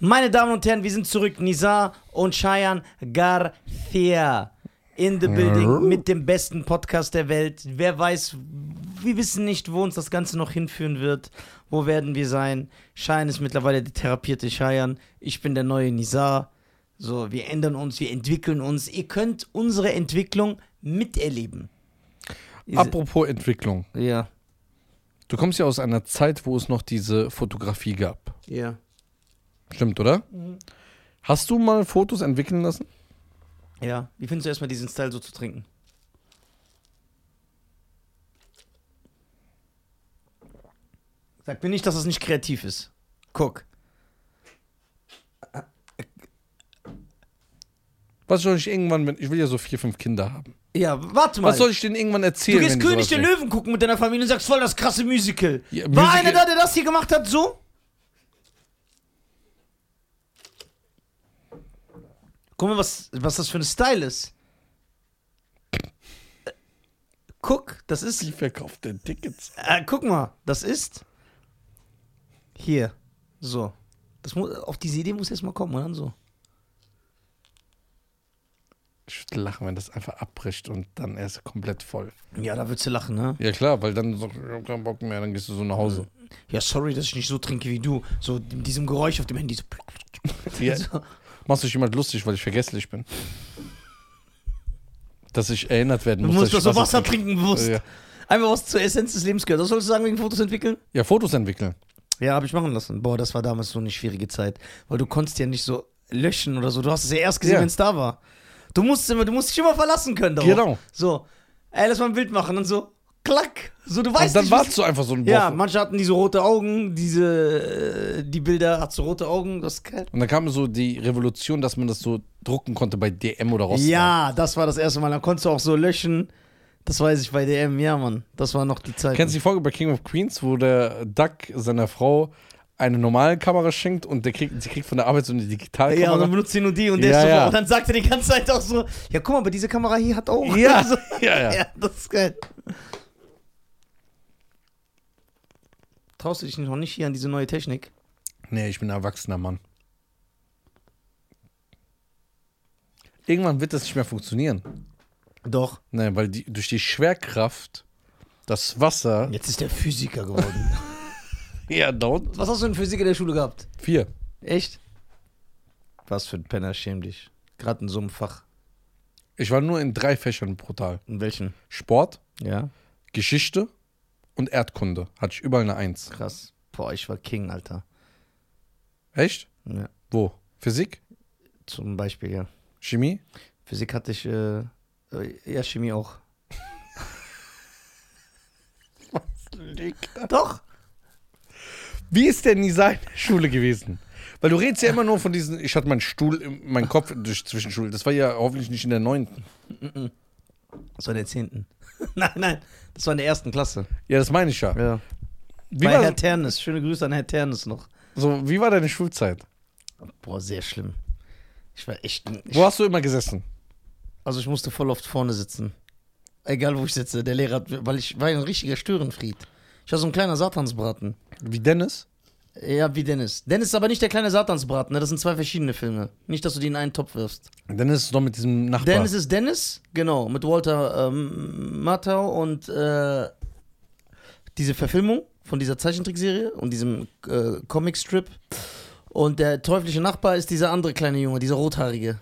Meine Damen und Herren, wir sind zurück. Nizar und Cheyenne Garcia in the building mit dem besten Podcast der Welt. Wer weiß, wir wissen nicht, wo uns das Ganze noch hinführen wird. Wo werden wir sein? Cheyenne ist mittlerweile der therapierte Cheyenne. Ich bin der neue Nizar. So, wir ändern uns, wir entwickeln uns. Ihr könnt unsere Entwicklung miterleben. Diese- Apropos Entwicklung. Ja, Du kommst ja aus einer Zeit, wo es noch diese Fotografie gab. ja. Stimmt, oder? Mhm. Hast du mal Fotos entwickeln lassen? Ja, wie findest du erstmal diesen Style so zu trinken? Sag mir nicht, dass das nicht kreativ ist. Guck. Was soll ich irgendwann, wenn ich will ja so vier, fünf Kinder haben. Ja, warte mal. Was soll ich denen irgendwann erzählen? du gehst wenn die König sowas der sehen? Löwen gucken mit deiner Familie und sagst voll das krasse Musical. Ja, War Musical- einer da, der das hier gemacht hat, so? Guck mal, was, was das für ein Style ist. Äh, Guck, das ist Die verkauft denn Tickets. Äh, guck mal, das ist hier. So. Das mu- auf diese Idee muss erstmal kommen, und dann so. Ich würde lachen, wenn das einfach abbricht und dann erst komplett voll. Ja, da würdest du lachen, ne? Ja klar, weil dann sagst du, ich hab keinen Bock mehr, dann gehst du so nach Hause. Ja, sorry, dass ich nicht so trinke wie du. So mit diesem Geräusch auf dem Handy. So. Ja. So. Machst du dich jemand lustig, weil ich vergesslich bin. Dass ich erinnert werden Du muss. musst doch dass so ich Wasser trinke. trinken bewusst. Ja. Einfach was zur Essenz des Lebens gehört. Das sollst du sagen, wegen Fotos entwickeln? ja, Fotos entwickeln. Ja, habe ich machen lassen. Boah, das war damals so eine schwierige Zeit. Weil du konntest ja nicht so löschen oder so. Du hast es ja erst gesehen, Ja. wenn es da war. Du musst, immer, du musst dich immer verlassen können. Darauf. Genau. So, ey, lass mal ein Bild machen und so, klack. So, du Und weißt dann nicht. wartest du einfach so ein was- ja, Woche. manche hatten diese rote Augen, diese, äh, die Bilder hat so rote Augen, das ist geil. Und dann kam so die Revolution, dass man das so drucken konnte bei DM oder Rossmann. Ja, das war das erste Mal, dann konntest du auch so löschen. Das weiß ich bei DM, ja, Mann. Das war noch die Zeit. Kennst du die Folge bei King of Queens, wo der Duck seiner Frau eine normale Kamera schenkt und der kriegt, sie kriegt von der Arbeit so eine ja, und Digitalkamera? dann benutzt sie nur die und der Ja, ist so, ja. und dann sagt er die ganze Zeit auch so, ja guck mal, aber diese Kamera hier hat auch. so, ja, ja. ja, das ist geil. Traust du dich noch nicht hier an diese neue Technik? Nee, ich bin ein erwachsener Mann. Irgendwann wird das nicht mehr funktionieren. Doch. Nein, weil die, durch die Schwerkraft das Wasser. Jetzt ist der Physiker geworden. Ja, dauert. Was hast du in Physik in der Schule gehabt? Vier. Echt? Was für ein Penner, schäm dich. Gerade in so einem Fach. Ich war nur in drei Fächern brutal: In welchen? Sport, Ja. Geschichte und Erdkunde. Hatte ich überall eine Eins. Krass. Boah, ich war King, Alter. Echt? Ja. Wo? Physik? Zum Beispiel, ja. Chemie? Physik hatte ich, äh, äh, ja, Chemie auch. Doch. Wie ist denn Nisa in der Schule gewesen? Weil du redest ja immer nur von diesen, ich hatte meinen Stuhl, im- meinen Kopf durch Zwischenschule. Das war ja hoffentlich nicht in der neunten. Das war in der 10. nein, nein. Das war in der ersten Klasse. Ja, das meine ich ja. Ja. Wie Bei war, Herr Ternes. Schöne Grüße an Herr Ternes noch. so, wie war deine Schulzeit? Boah, sehr schlimm. Ich war echt. ein- Ich, Wo hast du immer gesessen? also ich musste voll oft vorne sitzen. Egal wo ich sitze. Der Lehrer hat, weil ich war ein richtiger Störenfried. Ich war so ein kleiner Satansbraten. Wie Dennis? Ja, wie Dennis. Dennis ist aber nicht der kleine Satansbraten, ne? Das sind zwei verschiedene Filme. Nicht, dass du die in einen Topf wirfst. Dennis ist doch mit diesem Nachbar. Dennis ist Dennis, genau, mit Walter ähm, Matthau und äh, diese Verfilmung von dieser Zeichentrickserie und diesem äh, Comicstrip. Und der teuflische Nachbar ist dieser andere kleine Junge, dieser rothaarige.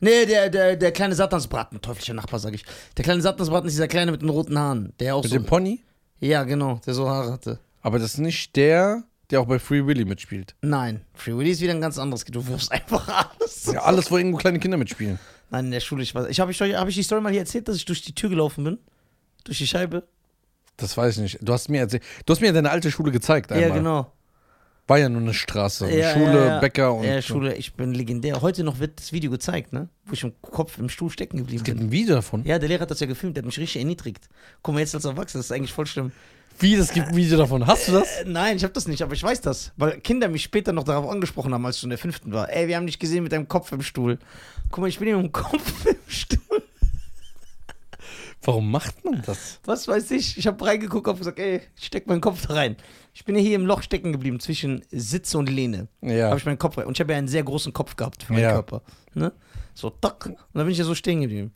Nee, der, der, der kleine Satansbraten, teuflischer Nachbar, sag ich. Der kleine Satansbraten ist dieser kleine mit den roten Haaren, der auch mit so. dem Pony. Ja, genau, der so Haare hatte. Aber das ist nicht der, der auch bei Free Willy mitspielt. Nein, Free Willy ist wieder ein ganz anderes. Du wirfst einfach alles. Ja, alles, wo irgendwo kleine Kinder mitspielen. Nein, in der Schule, ich war. Ich habe ich, hab ich die Story mal hier erzählt, dass ich durch die Tür gelaufen bin. Durch die Scheibe. Das weiß ich nicht. Du hast mir erzählt, du hast mir deine alte Schule gezeigt einmal. Ja, genau. War ja nur eine Straße. Eine ja, Schule, ja, ja. Bäcker und. Ja, Schule, ich bin legendär. Heute noch wird das Video gezeigt, ne? Wo ich im Kopf im Stuhl stecken geblieben Es gibt bin. ein Video davon. Ja, der Lehrer hat das ja gefilmt, der hat mich richtig erniedrigt. Guck mal, jetzt als Erwachsener, das ist eigentlich voll schlimm. Wie, es gibt ein Video davon. Hast du das? Äh, nein, ich habe das nicht, aber ich weiß das. Weil Kinder mich später noch darauf angesprochen haben, als ich schon in der fünften war. Ey, wir haben dich gesehen mit deinem Kopf im Stuhl. Guck mal, ich bin hier mit dem Kopf im Stuhl. Warum macht man das? Was weiß ich? Ich habe reingeguckt und gesagt, ey, ich steck meinen Kopf da rein. Ich bin ja hier im Loch stecken geblieben zwischen Sitze und Lehne. Ja. Habe ich meinen Kopf rein. Und ich habe ja einen sehr großen Kopf gehabt für meinen Ja. Körper. Ne? So, tack. Und dann bin ich ja so stehen geblieben.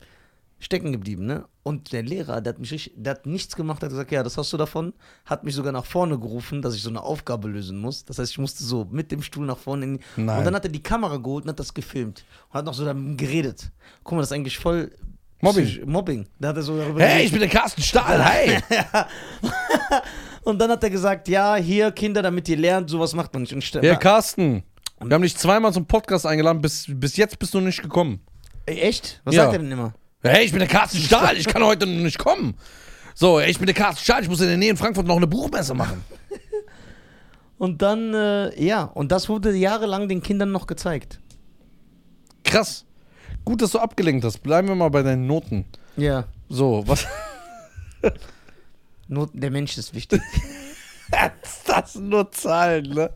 Stecken geblieben, ne? Und der Lehrer, der hat mich richtig, der hat nichts gemacht, hat gesagt, ja, das hast du davon, hat mich sogar nach vorne gerufen, dass ich so eine Aufgabe lösen muss. Das heißt, ich musste so mit dem Stuhl nach vorne in die. Nein. Und dann hat er die Kamera geholt und hat das gefilmt. Und hat noch so damit geredet. Guck mal, das ist eigentlich voll. Mobbing. psych- Mobbing. Da hat er so darüber Hey, ich bin der Carsten Stahl, hey! Und dann hat er gesagt, ja, hier Kinder, damit ihr lernt, sowas macht man nicht. Und ich, Ja, Carsten, wir haben dich zweimal zum Podcast eingeladen, bis, bis jetzt bist du nicht gekommen. Ey, echt? Was Ja. sagt er denn immer? Hey, ich bin der Carsten Stahl, ich kann heute nicht kommen. So, ich bin der Carsten Stahl, ich muss in der Nähe in Frankfurt noch eine Buchmesse machen. Und dann, äh, ja, und das wurde jahrelang den Kindern noch gezeigt. Krass. Gut, dass du abgelenkt hast. Bleiben wir mal bei deinen Noten. Ja. So, was Nur der Mensch ist wichtig. das sind nur Zahlen, ne?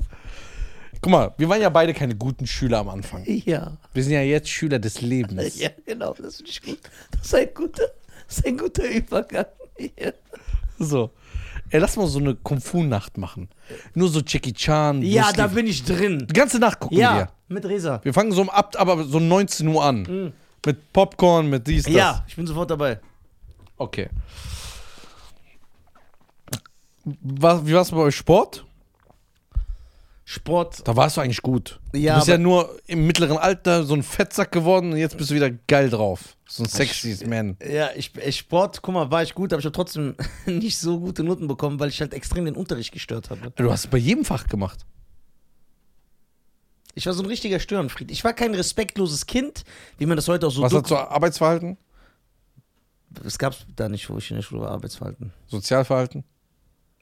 Guck mal, wir waren ja beide keine guten Schüler am Anfang. ja. Wir sind ja jetzt Schüler des Lebens. Ja, genau, das finde ich gut. Das ist ein guter, das ist ein guter Übergang. Ja. So. Ey, lass mal so eine Kung Fu Nacht machen. Nur so Jackie Chan. ja, Bruce da Lee. bin ich drin. Die ganze Nacht gucken wir. Ja, mit Resa. Wir fangen so um ab, aber so um 19 Uhr an. Mit Popcorn, mit dies, das. Mhm. Ja, ich bin sofort dabei. Okay. Was, wie war's bei euch Sport? Sport, Da warst du eigentlich gut. Ja, du bist ja aber- nur im mittleren Alter so ein Fettsack geworden und jetzt bist du wieder geil drauf. So ein sexy Man. ja, ich, ich- Sport, guck mal, war ich gut, aber ich habe trotzdem nicht so gute Noten bekommen, weil ich halt extrem den Unterricht gestört habe. Du hast es bei jedem Fach gemacht. Ich war so ein richtiger Störenfried. Ich war kein respektloses Kind, wie man das heute auch so. Was dok- hat so Arbeitsverhalten? es gab da nicht, wo ich in der Schule war, Arbeitsverhalten. Sozialverhalten?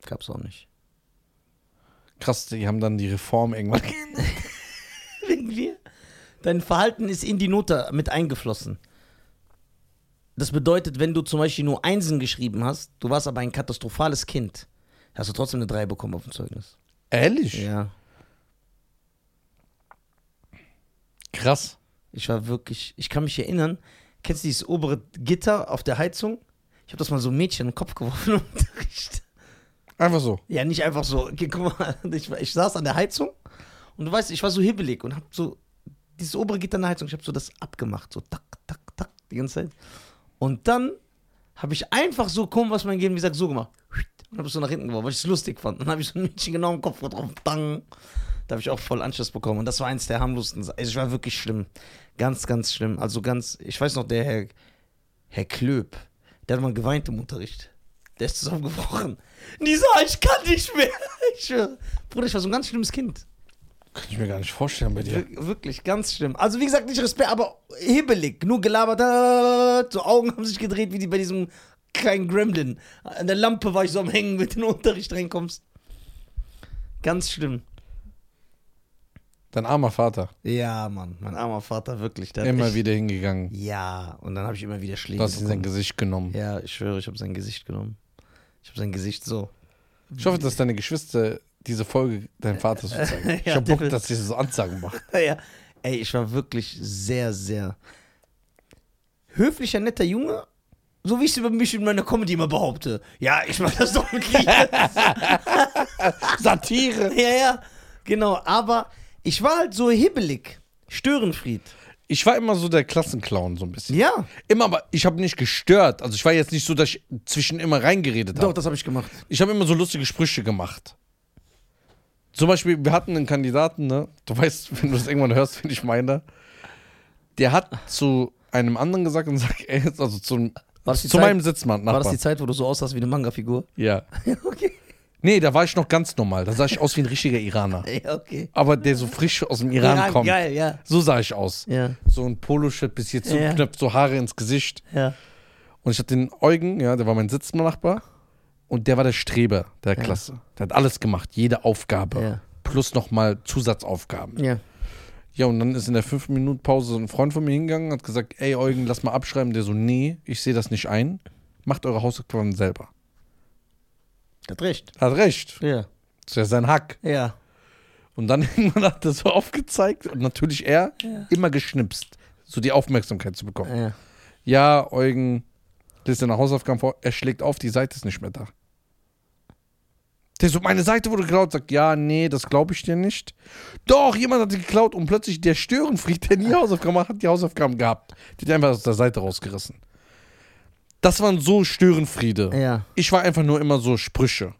Gab es auch nicht. Krass, die haben dann die Reform irgendwann. Wegen dir? Dein Verhalten ist in die Note mit eingeflossen. Das bedeutet, wenn du zum Beispiel nur Einsen geschrieben hast, du warst aber ein katastrophales Kind, hast du trotzdem eine 3 bekommen auf dem Zeugnis. Ehrlich? Ja. Krass. Ich war wirklich, ich kann mich erinnern, kennst du dieses obere Gitter auf der Heizung? Ich habe das mal so einem Mädchen in den Kopf geworfen im Unterricht. Einfach so. Ja, nicht einfach so. Okay, guck mal, ich, war- ich saß an der Heizung und du weißt, ich war so hibbelig und hab so dieses obere Gitter an der Heizung, ich hab so das abgemacht, so tak, tak, tak, die ganze Zeit. Und dann habe ich einfach so komisch, was mein Gehirn gesagt so gemacht. Und habe es so nach hinten geworfen, weil ich es lustig fand. Dann habe ich so ein Mädchen genommen, Kopf getroffen, dang. Da habe ich auch voll Anschluss bekommen. Und das war eins der harmlosesten. Sa- Also ich war wirklich schlimm. Ganz, ganz schlimm. Also ganz, ich weiß noch, der Herr, Herr Klöb, der hat mal geweint im Unterricht. Der ist zusammengebrochen. Nisa, ich kann nicht mehr. Ich schwöre. Bruder, ich war so ein ganz schlimmes Kind. Kann ich mir gar nicht vorstellen bei dir. Wir- Wirklich, ganz schlimm. Also, wie gesagt, nicht Respekt, aber hibbelig. Nur gelabert. So Augen haben sich gedreht, wie die bei diesem kleinen Gremlin. An der Lampe war ich so am Hängen, wenn du in den Unterricht reinkommst. Ganz schlimm. Dein armer Vater. Ja, Mann, mein armer Vater, wirklich. Der hat Immer echt- wieder hingegangen. Ja, und dann habe ich immer wieder Schläge Du hast ihn sein bekommen. Gesicht genommen. Ja, ich schwöre, ich habe sein Gesicht genommen. Ich habe sein Gesicht so. Ich hoffe, dass deine Geschwister diese Folge deinem Vater so zeigen. Ich Ja, hab der Bock, wird- dass sie so Ansagen macht. Ja. Ey, ich war wirklich sehr, sehr höflicher, netter Junge. So wie ich es über mich in meiner Comedy immer behaupte. Ja, ich mach das doch nicht. Satire! ja, ja. Genau, aber ich war halt so hibbelig. Störenfried. Ich war immer so der Klassenclown, so ein bisschen. Ja. Immer, aber ich habe nicht gestört. Also ich war jetzt nicht so, dass ich zwischen immer reingeredet Doch, habe. das habe ich gemacht. Ich habe immer so lustige Sprüche gemacht. Zum Beispiel, wir hatten einen Kandidaten, ne? Du weißt, wenn du das irgendwann hörst, wen ich meine. Der hat zu einem anderen gesagt und sagt, ey, also zum, War das die zu Zeit- meinem Sitzmann. War das die Zeit, wo du so aussahst wie eine Manga-Figur? Ja. okay. Nee, da war ich noch ganz normal. Da sah ich aus wie ein richtiger Iraner. Ja, okay. Aber der so frisch aus dem Iran, kommt. geil, ja. So sah ich aus. Ja, So ein Poloshirt bis hier zugeknöpft, so Haare ins Gesicht. ja. Und ich hatte den Eugen, ja, der war mein Sitznachbar. Und der war der Streber der Klasse. Der hat alles gemacht, jede Aufgabe. Ja. Plus nochmal Zusatzaufgaben. Ja. Ja, und dann ist in der 5-Minuten-Pause so ein Freund von mir hingegangen und hat gesagt: Ey, Eugen, lass mal abschreiben. Der so: Nee, ich sehe das nicht ein. Macht eure Hausaufgaben selber. Das recht. Hat recht. Ja. Das ist ja sein Hack. Ja. Und dann irgendwann hat er so aufgezeigt und natürlich er immer geschnipst, so die Aufmerksamkeit zu bekommen. Ja. Ja, Eugen, Lest deine Hausaufgaben vor. Er schlägt auf, die Seite ist nicht mehr da. Der so, meine Seite wurde geklaut. Sagt, ja, nee, das glaube ich dir nicht. Doch, jemand hat die geklaut und plötzlich der Störenfried, der nie Hausaufgaben macht, hat die Hausaufgaben gehabt. Die hat einfach aus der Seite rausgerissen. Das waren so Störenfriede. Ja. Ich war einfach nur immer so Sprüche.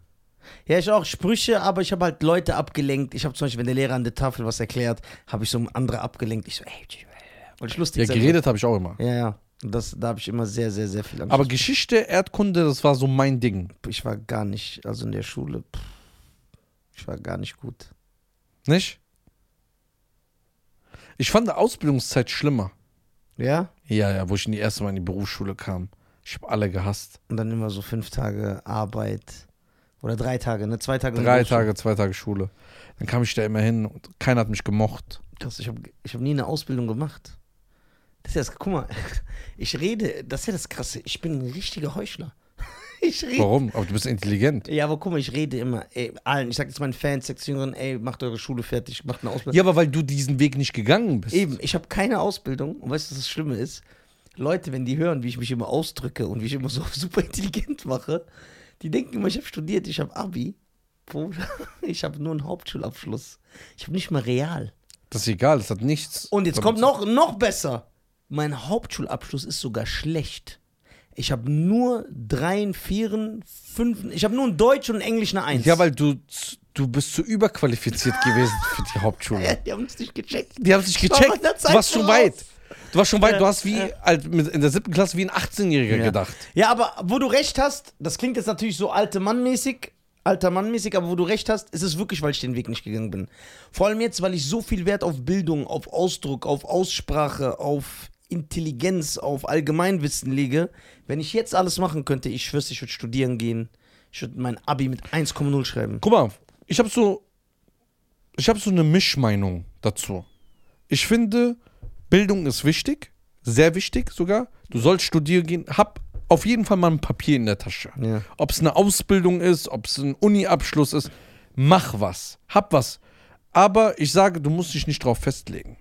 Ja, ich auch Sprüche, aber ich habe halt Leute abgelenkt. Ich habe zum Beispiel, wenn der Lehrer an der Tafel was erklärt, habe ich so andere abgelenkt. Ich so, ey, und ich lustig Ja, sein. geredet habe ich auch immer. Ja, ja. Und Das, da habe ich immer sehr, sehr, sehr viel Angst. Aber Geschichte, Erdkunde, das war so mein Ding. ich war gar nicht, also in der Schule, pff, ich war gar nicht gut. Nicht? Ich fand die Ausbildungszeit schlimmer. Ja? Ja, ja, wo ich in die erste Mal in die Berufsschule kam. Ich habe alle gehasst. Und dann immer so fünf Tage Arbeit. Oder drei Tage, ne? Zwei Tage. in der Drei Berufsschule. Tage, zwei Tage Schule. Dann kam ich da immer hin und keiner hat mich gemocht. Krass, ich habe ich hab nie eine Ausbildung gemacht. Das ist ja das, guck mal, ich rede, das ist ja das Krasse, ich bin ein richtiger Heuchler. Ich rede. Warum? Aber du bist intelligent. Ja, aber guck mal, ich rede immer, ey, allen, ich sag jetzt meinen Fans, Sektionen, ey, macht eure Schule fertig, macht eine Ausbildung. Ja, aber weil du diesen Weg nicht gegangen bist. Eben, ich habe keine Ausbildung und weißt du, was das Schlimme ist? Leute, wenn die hören, wie ich mich immer ausdrücke und wie ich immer so super intelligent mache, die denken immer, ich habe studiert, ich habe Abi. Bruder, ich habe nur einen Hauptschulabschluss. Ich habe nicht mal real. Das ist egal, das hat nichts. Und jetzt damit kommt noch, noch besser. Mein Hauptschulabschluz ist sogar schlecht. Ich habe nur dreien, vieren, fünfen. Ich habe nur in Deutsch und in Englisch eine Eins. zu- Ja, weil du, z- du bist zu überqualifiziert gewesen für die Hauptschule. Die haben es nicht gecheckt. Die haben sich war gecheckt. bei der Du Zeit warst schon voraus. weit. Du warst schon weit. Du Ja, hast wie als mit- in der siebten Klasse wie ein 18-Jähriger gedacht. Ja, aber wo du recht hast, das klingt jetzt natürlich so alte Mannmäßig, alter Mannmäßig, aber wo du recht hast, ist es wirklich, weil ich den Weg nicht gegangen bin. Vor allem jetzt, weil ich so viel Wert auf Bildung, auf Ausdruck, auf Aussprache, auf Intelligenz, auf Allgemeinwissen lege. Wenn ich jetzt alles machen könnte, ich schwör's, ich würde studieren gehen. Ich würde mein Abi mit 1,0 schreiben. Guck mal, ich habe so, ich habe so eine Mischmeinung dazu. Ich finde, Bildung ist wichtig, sehr wichtig sogar. Du sollst studieren gehen, hab auf jeden Fall mal ein Papier in der Tasche. Ja. Ob es eine ne Ausbildung ist, ob es ein Uni-Abschluss ist, mach was, hab was. Aber ich sage, du musst dich nicht drauf festlegen.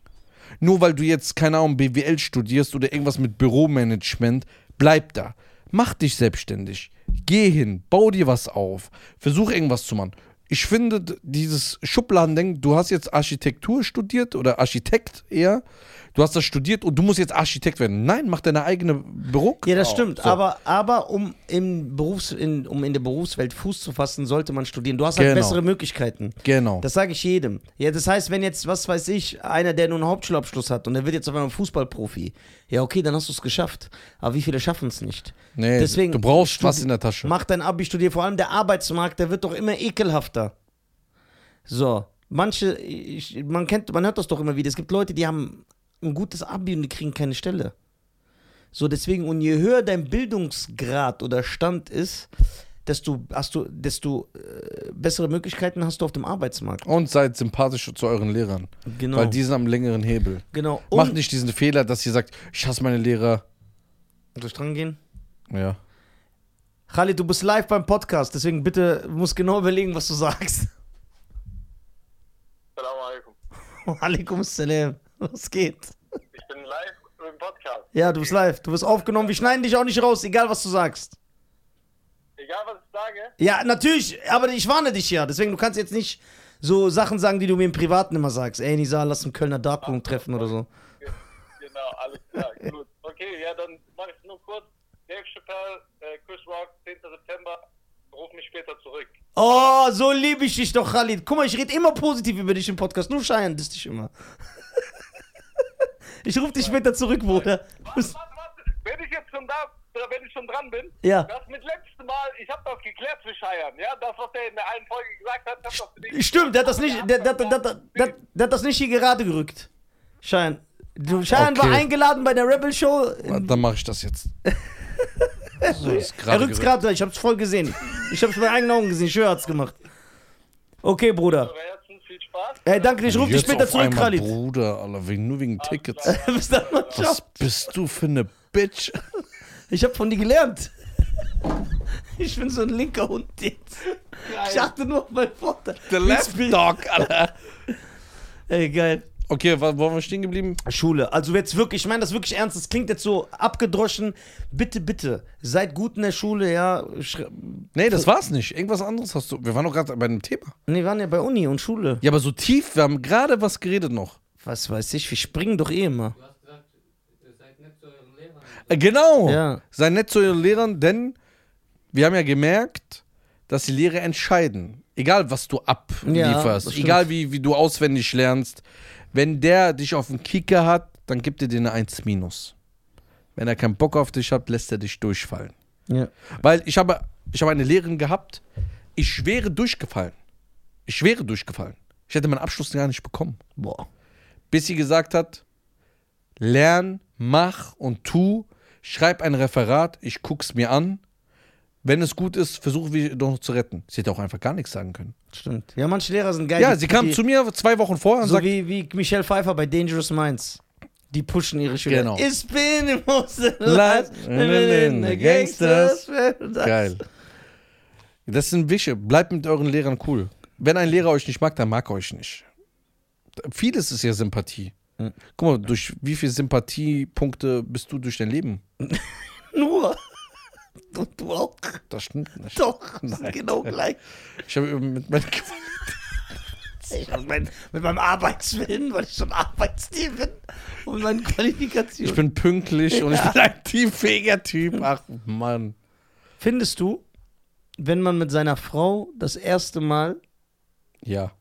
Nur weil du jetzt, keine Ahnung, BWL studierst oder irgendwas mit Büromanagement, bleib da. Mach dich selbstständig. Geh hin, bau dir was auf. Versuch irgendwas zu machen. Ich finde d- dieses Schubladendenken, du hast jetzt Architektur studiert oder Architekt eher. Du hast das studiert und du musst jetzt Architekt werden. Nein, mach deine eigene Büro. Ja, das auf. stimmt. Genau. So. Aber, aber um, im Berufs, in, um in der Berufswelt Fuß zu fassen, sollte man studieren. Du hast halt Genau. bessere Möglichkeiten. Genau. Das sage ich jedem. Ja, das heißt, wenn jetzt, was weiß ich, einer, der nur einen Hauptschulabschluss hat und der wird jetzt auf einmal Fußballprofi, ja, okay, dann hast du es geschafft. Aber wie viele schaffen es nicht? nee, deswegen- du brauchst was in der Tasche. Mach dein Abi, studier. Vor allem der Arbeitsmarkt, der wird doch immer ekelhafter. So, manche, ich, man kennt, man hört das doch immer wieder. Es gibt Leute, die haben ein gutes Abi und die kriegen keine Stelle. So, deswegen, und je höher dein Bildungsgrad oder Stand ist, desto, hast du, desto äh, bessere Möglichkeiten hast du auf dem Arbeitsmarkt. Und seid sympathisch zu euren Lehrern. Genau. Weil die sind am längeren Hebel. Genau. Macht nicht diesen Fehler, dass ihr sagt, ich hasse meine Lehrer. Soll ich dran gehen? Ja. Khalid, du bist live beim Podcast, deswegen bitte du musst genau überlegen, was du sagst. Salam alaikum. Oh, Alaikum salam. Was geht? Ich bin live im Podcast. Ja, du bist live. Du bist aufgenommen. Wir schneiden dich auch nicht raus, egal was du sagst. Egal was ich sage, Ja, natürlich, aber ich warne dich ja. Deswegen, du kannst jetzt nicht so Sachen sagen, die du mir im Privaten immer sagst. Ey, Nisa, lass einen Kölner Dartpunkt treffen oder so. genau, alles klar, gut. Okay, ja, dann mache ich nur kurz. Dave Chappelle, äh, Chris Rock, 10. September, ruf mich später zurück. Oh, so liebe ich dich doch, Khalid. Guck mal, ich rede immer positiv über dich im Podcast. Nur Schein disst dich immer. Ich rufe dich später zurück, Bruder. Du Warte, bist- warte, warte, wenn ich jetzt schon da, da- wenn ich schon dran bin, Ja. das mit letztem Mal, ich habe das geklärt für Scheiern, ja, das, was der in der einen Folge gesagt hat, hab das für dich. Stimmt, der hat das nicht, der, der, der, der, der, der hat das nicht hier gerade gerückt. Schein. Du, Schein war Okay. eingeladen bei der Rebel Show. Dann mache ich das jetzt. so ist Ähm. Er gerade. rückt's gerückt. gerade, ich hab's voll gesehen. Ich hab's mit meinen eigenen Augen gesehen, ich hat's gemacht. Okay, Bruder. Aber herzens viel Spaß. Ey, danke, ich ruf dich Jetzt später auf zurück, einmal, Khalid. Bruder, Alter, wegen, nur wegen Tickets. Bis dann, Mann, ciao. Was bist du für eine Bitch? Ich hab von dir gelernt. Ich bin so ein linker Hund jetzt. Ich achte nur auf meinen Vorteil. The Left Dog, Alter. Ey, geil. Okay, wa- wo waren wir stehen geblieben? Schule. Also jetzt wirklich, ich meine das wirklich ernst, das klingt jetzt so abgedroschen. Bitte, bitte, seid gut in der Schule, ja. Schre Nee, das war's nicht. Irgendwas anderes hast du. Wir waren doch gerade bei einem Thema. nee, waren ja bei Uni und Schule. Ja, aber so tief, wir haben gerade was geredet noch. Was weiß ich, wir springen doch eh immer. Du hast gesagt, ihr seid nett zu euren Lehrern. Äh, genau. Ja. Sei nett zu ihren Lehrern, denn wir haben ja gemerkt, dass die Lehrer entscheiden. Egal, was du Ja, ablieferst, das stimmt. egal wie, wie du auswendig lernst. Wenn der dich auf den Kicker hat, dann gibt er dir eine 1 minus. Wenn er keinen Bock auf dich hat, lässt er dich durchfallen. Ja. Weil ich habe, ich habe eine Lehrerin gehabt, ich wäre durchgefallen. Ich wäre durchgefallen. Ich hätte meinen Abschluss gar nicht bekommen. Boah. Bis sie gesagt hat, lern, mach und tu, schreib ein Referat, ich guck's mir an. Wenn es gut ist, versuche ich doch noch zu retten. Sie hätte auch einfach gar nichts sagen können. Stimmt. Ja, manche Lehrer sind geil. Ja, Die- sie kam die, zu mir zwei Wochen vorher und So sagt, wie, wie Michelle Pfeiffer bei Dangerous Minds. Die pushen ihre Schüler. Genau. It's been the most Life life in in the the gangsters. geil. Das sind Wische. Bleibt mit euren Lehrern cool. Wenn ein Lehrer euch nicht mag, dann mag er euch nicht. Vieles ist ja Sympathie. Hm. Guck mal, durch wie viele Sympathiepunkte bist du durch dein Leben? Nur. Und du auch. Das stimmt nicht. Doch. Das ist genau gleich. Ich habe mit meinen Ich hab Also mein, mit meinem Arbeitswillen, weil ich schon Arbeitstier bin. Und meine Qualifikation. Ich bin pünktlich und ich bin ein teamfähiger Typ. Ach Mann. Findest du, wenn man mit seiner Frau das erste Mal. Ja.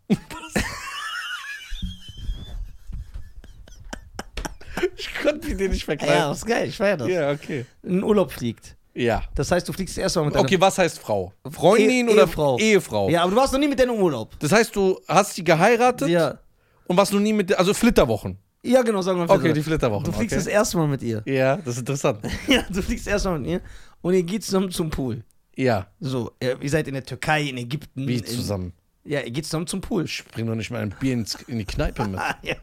ich konnte die dir nicht vergleichen. ist geil, ich feier das. Ja, okay. In Urlaub fliegt. Ja. Das heißt, du fliegst das erste Mal mit deiner Okay, was heißt Frau? Freundin Eh- oder Ehefrau. Ehefrau. Ja, aber du warst noch nie mit deinem Urlaub. Das heißt, du hast sie geheiratet Ja. und warst noch nie mit. Also Flitterwochen. Ja, genau, sagen wir mal. Okay, die Flitterwochen. Du fliegst okay. das eh- erste Mal mit ihr. Ja, das ist interessant. Ja, du fliegst erstmal mit ihr und ihr geht zusammen zum Pool. Ja, So, ja, ihr seid in der Türkei, in Ägypten. wie in, zusammen. Ja, ihr geht zusammen zum Pool. Bring doch nicht mal ein Bier ins, in die Kneipe mit. Ah, ja.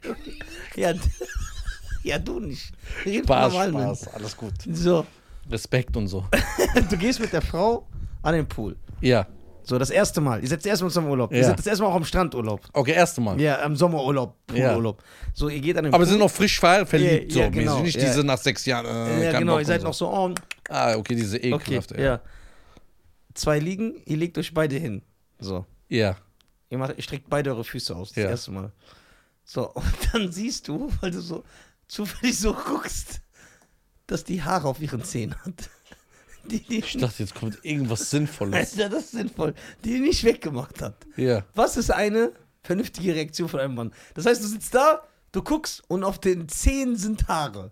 Ja, d- ja, du nicht. Wir reden von Spaß, normalen Spaß, alles gut. Menschen. So, Respekt und so. du gehst mit der Frau an den Pool. Ja. So, das erste Mal. Ihr seid das erste Mal zusammen Urlaub. Ihr Ja. seid das erste Mal auch am Strandurlaub. Okay, erste Mal. Ja, am Sommerurlaub, Ja. Poolurlaub. So, ihr geht an den Aber Pool. sie sind noch frisch ver verliebt, Ja, ja, so genau, mäßig. Nicht ja. diese nach sechs Jahren. Äh, ja, kein genau, Bock ihr seid und noch so, oh, so. Ah, okay, diese okay, ekelhafte. ja. ja. Zwei liegen, ihr legt euch beide hin. So. ja. Ihr, macht, ihr streckt beide eure Füße aus, das Ja. erste Mal. So, und dann siehst du, weil du so zufällig so guckst, dass die Haare auf ihren Zähnen hat. Die, die Ich dachte, jetzt kommt irgendwas Sinnvolles. Alter, das ist sinnvoll. Die die nicht weggemacht hat. ja. Was ist eine vernünftige Reaktion von einem Mann? Das heißt, du sitzt da, du guckst und auf den Zähnen sind Haare.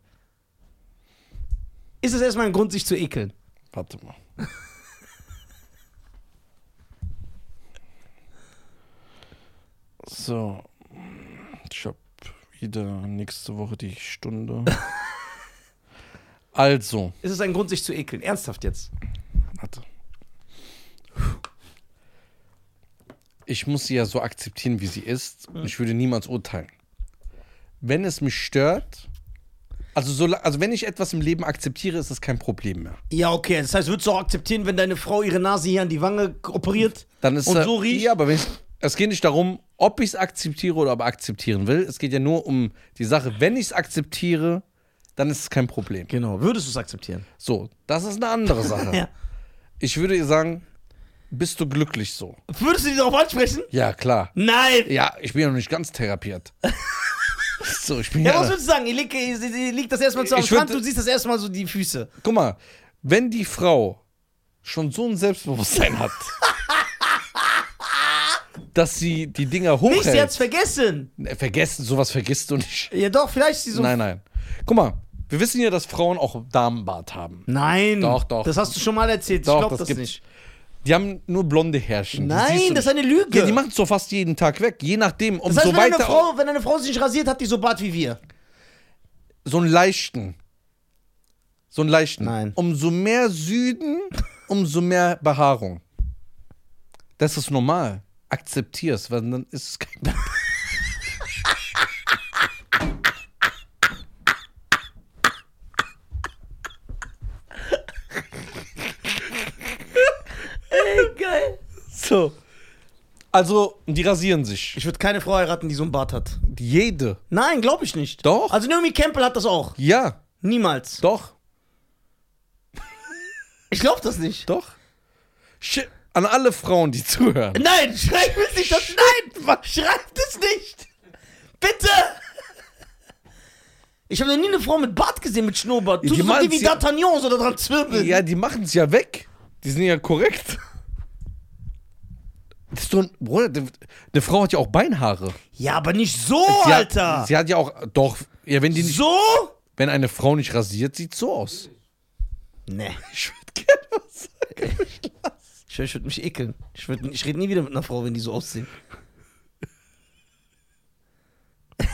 Ist es erstmal ein Grund, sich zu ekeln? Warte mal. So. Ich hab wieder nächste Woche die Stunde. Also. Ist es ein Grund, sich zu ekeln? Ernsthaft jetzt. Warte. Ich muss sie ja so akzeptieren, wie sie ist. Und ich würde niemals urteilen. Wenn es mich stört, also, so, also wenn ich etwas im Leben akzeptiere, ist das kein Problem mehr. Ja, okay. Das heißt, würdest du auch akzeptieren, wenn deine Frau ihre Nase hier an die Wange operiert? Dann ist Und da- so riecht- Ja, aber wenn ich, es geht nicht darum, ob ich es akzeptiere oder ob ich akzeptieren will. Es geht ja nur um die Sache, wenn ich es akzeptiere, dann ist es kein Problem. Genau. Würdest du es akzeptieren? So, das ist eine andere Sache. Ja. Ich würde ihr sagen, bist du glücklich so? Würdest du die darauf ansprechen? Ja, klar. Nein! Ja, Ja, ich bin ja noch nicht ganz therapiert. so, ich bin was ja. würdest du sagen? Ihr liegt, ihr, ihr- ihr liegt das erstmal zu am Ich würd- Strand, du siehst das erstmal so die Füße. Guck mal, wenn die Frau schon so ein Selbstbewusstsein hat, dass sie die Dinger Nicht, sie hat's hochhält. vergessen. Äh, Vergessen, sowas vergisst du nicht. Ja, doch, vielleicht ist sie so. Nein, nein. Guck mal, wir wissen ja, dass Frauen auch Damenbart haben. Nein. Doch, doch. Das hast du schon mal erzählt. Doch, ich glaub das das, gibt's. nicht. Die haben nur blonde Härchen. Die siehst Nein, du das ist nicht. eine Lüge. Ja, die machen es doch fast jeden Tag weg. Je nachdem, das heißt, umso wenn, eine weiter. Frau, wenn eine Frau sich nicht rasiert, hat die so Bart wie wir. so einen leichten. So einen leichten. Nein. Umso mehr Süden, umso mehr Behaarung. Das ist normal. Akzeptier's, weil dann ist es kein. Ey, geil. So. Also, die rasieren sich. Ich würde keine Frau heiraten, die so einen Bart hat. Jede. Nein, glaube ich nicht. Doch. Also Naomi Campbell hat das auch. Ja, Niemals. doch, Ich glaube das nicht. doch. Shit. An alle Frauen, die zuhören. Nein, schreib es nicht. Das, nein, Mann, schreibt es nicht. Bitte. Ich habe noch nie eine Frau mit Bart gesehen, mit Schnurrbart. Ja, Du die so machen's die wie ja- D'Artagnan so da dran zwirbeln. Ja, die machen es ja weg. Die sind ja korrekt. Das ist doch ein, Bruder, die- eine Frau hat ja auch Beinhaare. Ja, aber nicht so, Sie hat- Oh, Alter. Sie hat ja auch, doch, ja, wenn, die nicht, so? wenn eine Frau nicht rasiert, sieht so aus. Nee. Ich würde gerne was sagen. Ich, ich würde mich ekeln. Ich, würd- ich rede nie wieder mit einer Frau, wenn die so aussehen.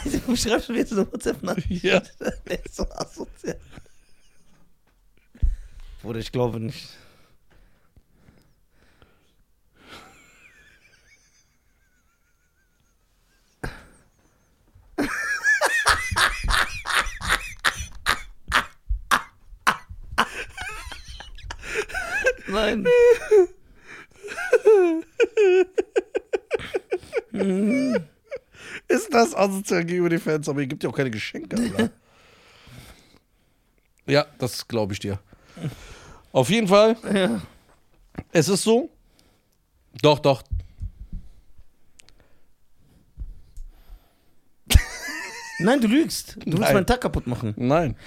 Warum schreibst du mir jetzt eine WhatsApp nach? Ja. Der ist so asozial. Bruder, ich glaube nicht. Nein. Ist das asozial gegenüber den Fans? Aber ihr gibt ja auch keine Geschenke, Alter. ja, das glaube ich dir. Auf jeden Fall, Ja. es ist so. Doch, doch. Nein, du lügst. Du willst Nein. meinen Tag kaputt machen. Nein.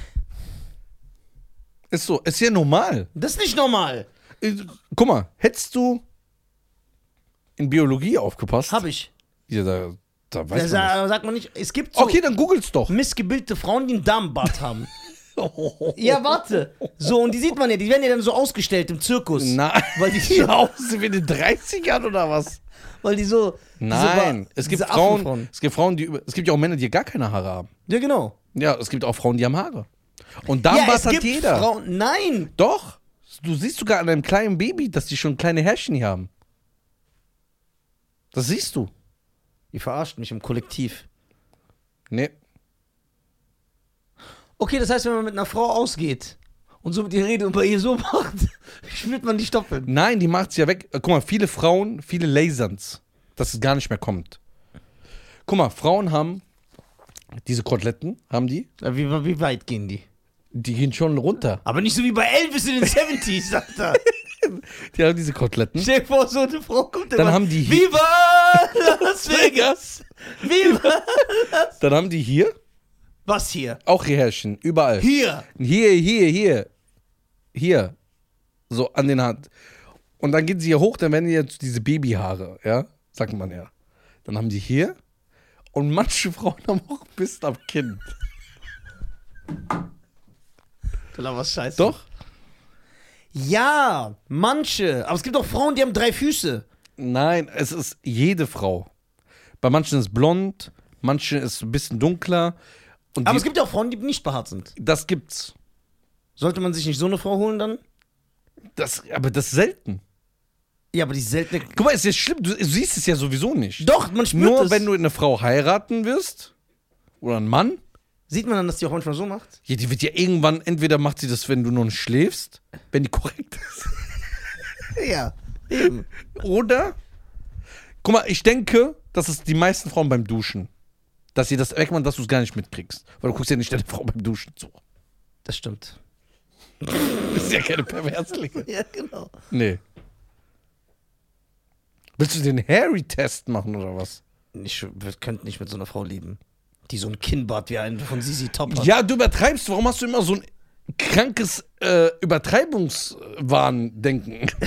Ist so. Ist ja normal. Das ist nicht normal. Äh, Guck mal, hättest du in Biologie aufgepasst. Hab ich. Ja, da, da Da weiß man nicht. sa- sagt man nicht. Es gibt so Okay, dann googelt's doch. missgebildete Frauen, die einen Damenbart haben. Ja, warte. So, und die sieht man ja. Die werden ja dann so ausgestellt im Zirkus. Nein. Weil die, Ja, aussehen wie in den 30ern oder was? weil die so. diese Nein, Ba- es gibt diese Frauen, Affenfrauen. es gibt Frauen, die über, es gibt ja auch Männer, die gar keine Haare haben. Ja, genau. Ja, es gibt auch Frauen, die haben Haare. Und da ja, was hat jeder. Frauen. Nein. Doch, du siehst sogar an einem kleinen Baby, dass die schon kleine Härchen hier haben. Das siehst du. Ihr verarscht mich im Kollektiv. Nee. Okay, das heißt, wenn man mit einer Frau ausgeht und so mit ihr redet und bei ihr so macht, spielt man die Stoppeln. Nein, die macht's ja weg. Äh, Guck mal, viele Frauen, viele Laserns, dass es gar nicht mehr kommt. Guck mal, Frauen haben diese Koteletten, haben die, Ja, Äh, Wie, wie weit gehen die? die gehen schon runter. Aber nicht so wie bei Elvis in den 70s, Alter. Die haben diese Koteletten. Stell dir vor, so eine Frau kommt Dann haben die- Viva Las Vegas! Viva! Dann haben die hier Was hier? auch ihr Härchen, überall. Hier! Hier, hier, hier. Hier. So an den Hand. Und dann gehen sie hier hoch, dann werden die jetzt diese Babyhaare, ja? Sagt man ja. Dann haben die hier. Und manche Frauen haben auch bis am Kinn. Du laberst Scheiße. Doch? Ja, manche. Aber es gibt auch Frauen, die haben drei Füße. Nein, es ist jede Frau. Bei manchen ist blond, manche ist ein bisschen dunkler. Und Aber die, es gibt ja auch Frauen, die nicht behaart sind. das gibt's. Sollte man sich nicht so eine Frau holen dann? Das, aber das ist selten. Ja, aber die seltene. Guck mal, ist jetzt schlimm, du, du siehst es ja sowieso nicht. Doch, man spürt Nur es. wenn du eine Frau heiraten wirst oder einen Mann, Sieht man dann, dass die auch manchmal so macht? Ja, die wird ja irgendwann, entweder macht sie das, wenn du noch nicht schläfst, wenn die korrekt ist, Ja. Eben. oder. Guck mal, ich denke, das ist die meisten Frauen beim Duschen. Dass sie das wegmachen, dass du es gar nicht mitkriegst. Weil du guckst ja nicht deine Frau beim Duschen zu. Das stimmt. Das ist ja keine Perverslinge. Ja, genau. Nee. Willst du den Harry-Test machen oder was? Ich wir könnten nicht mit so einer Frau leben, die so ein Kinnbart wie einen von Sisi Top hat. Ja, du übertreibst. Warum hast du immer so ein krankes äh, Übertreibungswahn-Denken?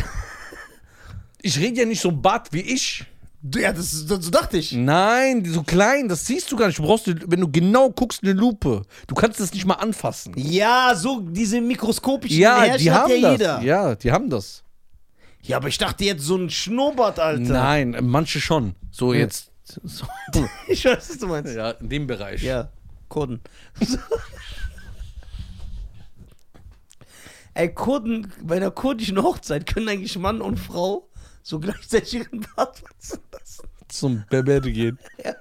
Ich rede ja nicht so ein Bart wie ich. ja das, ist- so dachte Mhm. ich. Nein, die so klein, das siehst du gar nicht. Du brauchst, eine- wenn du genau guckst, eine Lupe. Du kannst das nicht mal anfassen. Ja, so diese mikroskopischen Ja, Härchen die hat haben ja das. jeder. Ja. Ja, die haben das. aber ich dachte jetzt so ein Schnurrbart, Alter. Nein, äh, manche schon. So jetzt. So. Ich weiß, was du meinst. Ja, in dem Bereich. Ja, Kurden. Ey, Kurden, bei einer kurdischen Hochzeit können eigentlich Mann und Frau so gleichzeitig ihren Bart wachsen lassen. Zum Bärbeerde gehen. Ja.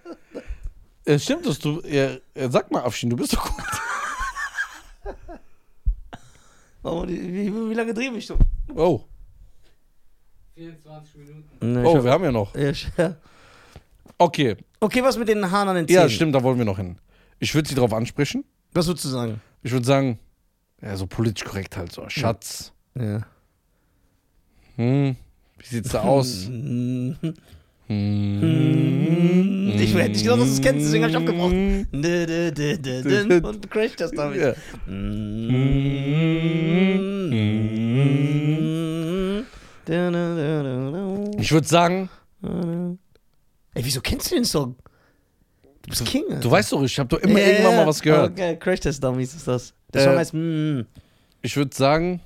Äh, stimmt das? Du, äh, äh, sag mal, Afshin, du bist doch gut. Warum, wie, wie, wie lange drehen wir schon? Oh, 24 Minuten. oh wir haben ja noch. Ja, sch- ja. Okay, Okay, was mit den Haaren an den Zähnen? Ja, stimmt, da wollen wir noch hin. Ich würde sie drauf ansprechen. Was würdest du sagen? Ich würde sagen, ja, so politisch korrekt halt so. Schatz, Ja. hm, wie sieht's da aus? Hm. Ich hätte nicht gedacht, dass du es kennst, deswegen habe ich abgebrochen. Dö, dö, dö, dö, dö. Und crash das damit. Mm. Ja. Ey, Ich würde sagen, wieso kennst du den Song? Du bist King. du weißt doch, ich habe doch immer irgendwann mal was gehört. Okay, Crash Test Dummies ist das. Der Äh, Song heißt mm. Ich würde sagen,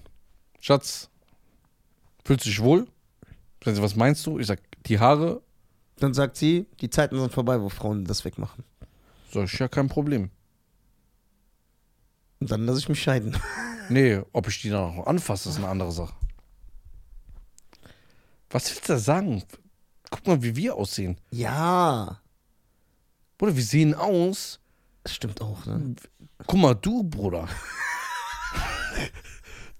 Schatz, fühlst du dich wohl? Sagt sie, Was meinst du? Ich sag, die Haare. Dann sagt sie, die Zeiten sind vorbei, wo Frauen das wegmachen. Sag ich, ja, kein Problem. Und dann lasse ich mich scheiden. Nee, ob ich die dann noch anfasse, ist eine andere Sache. Was willst du da sagen? Guck mal, wie wir aussehen. Ja, Bruder, wir sehen aus. das stimmt auch, ne? Guck mal, du, Bruder.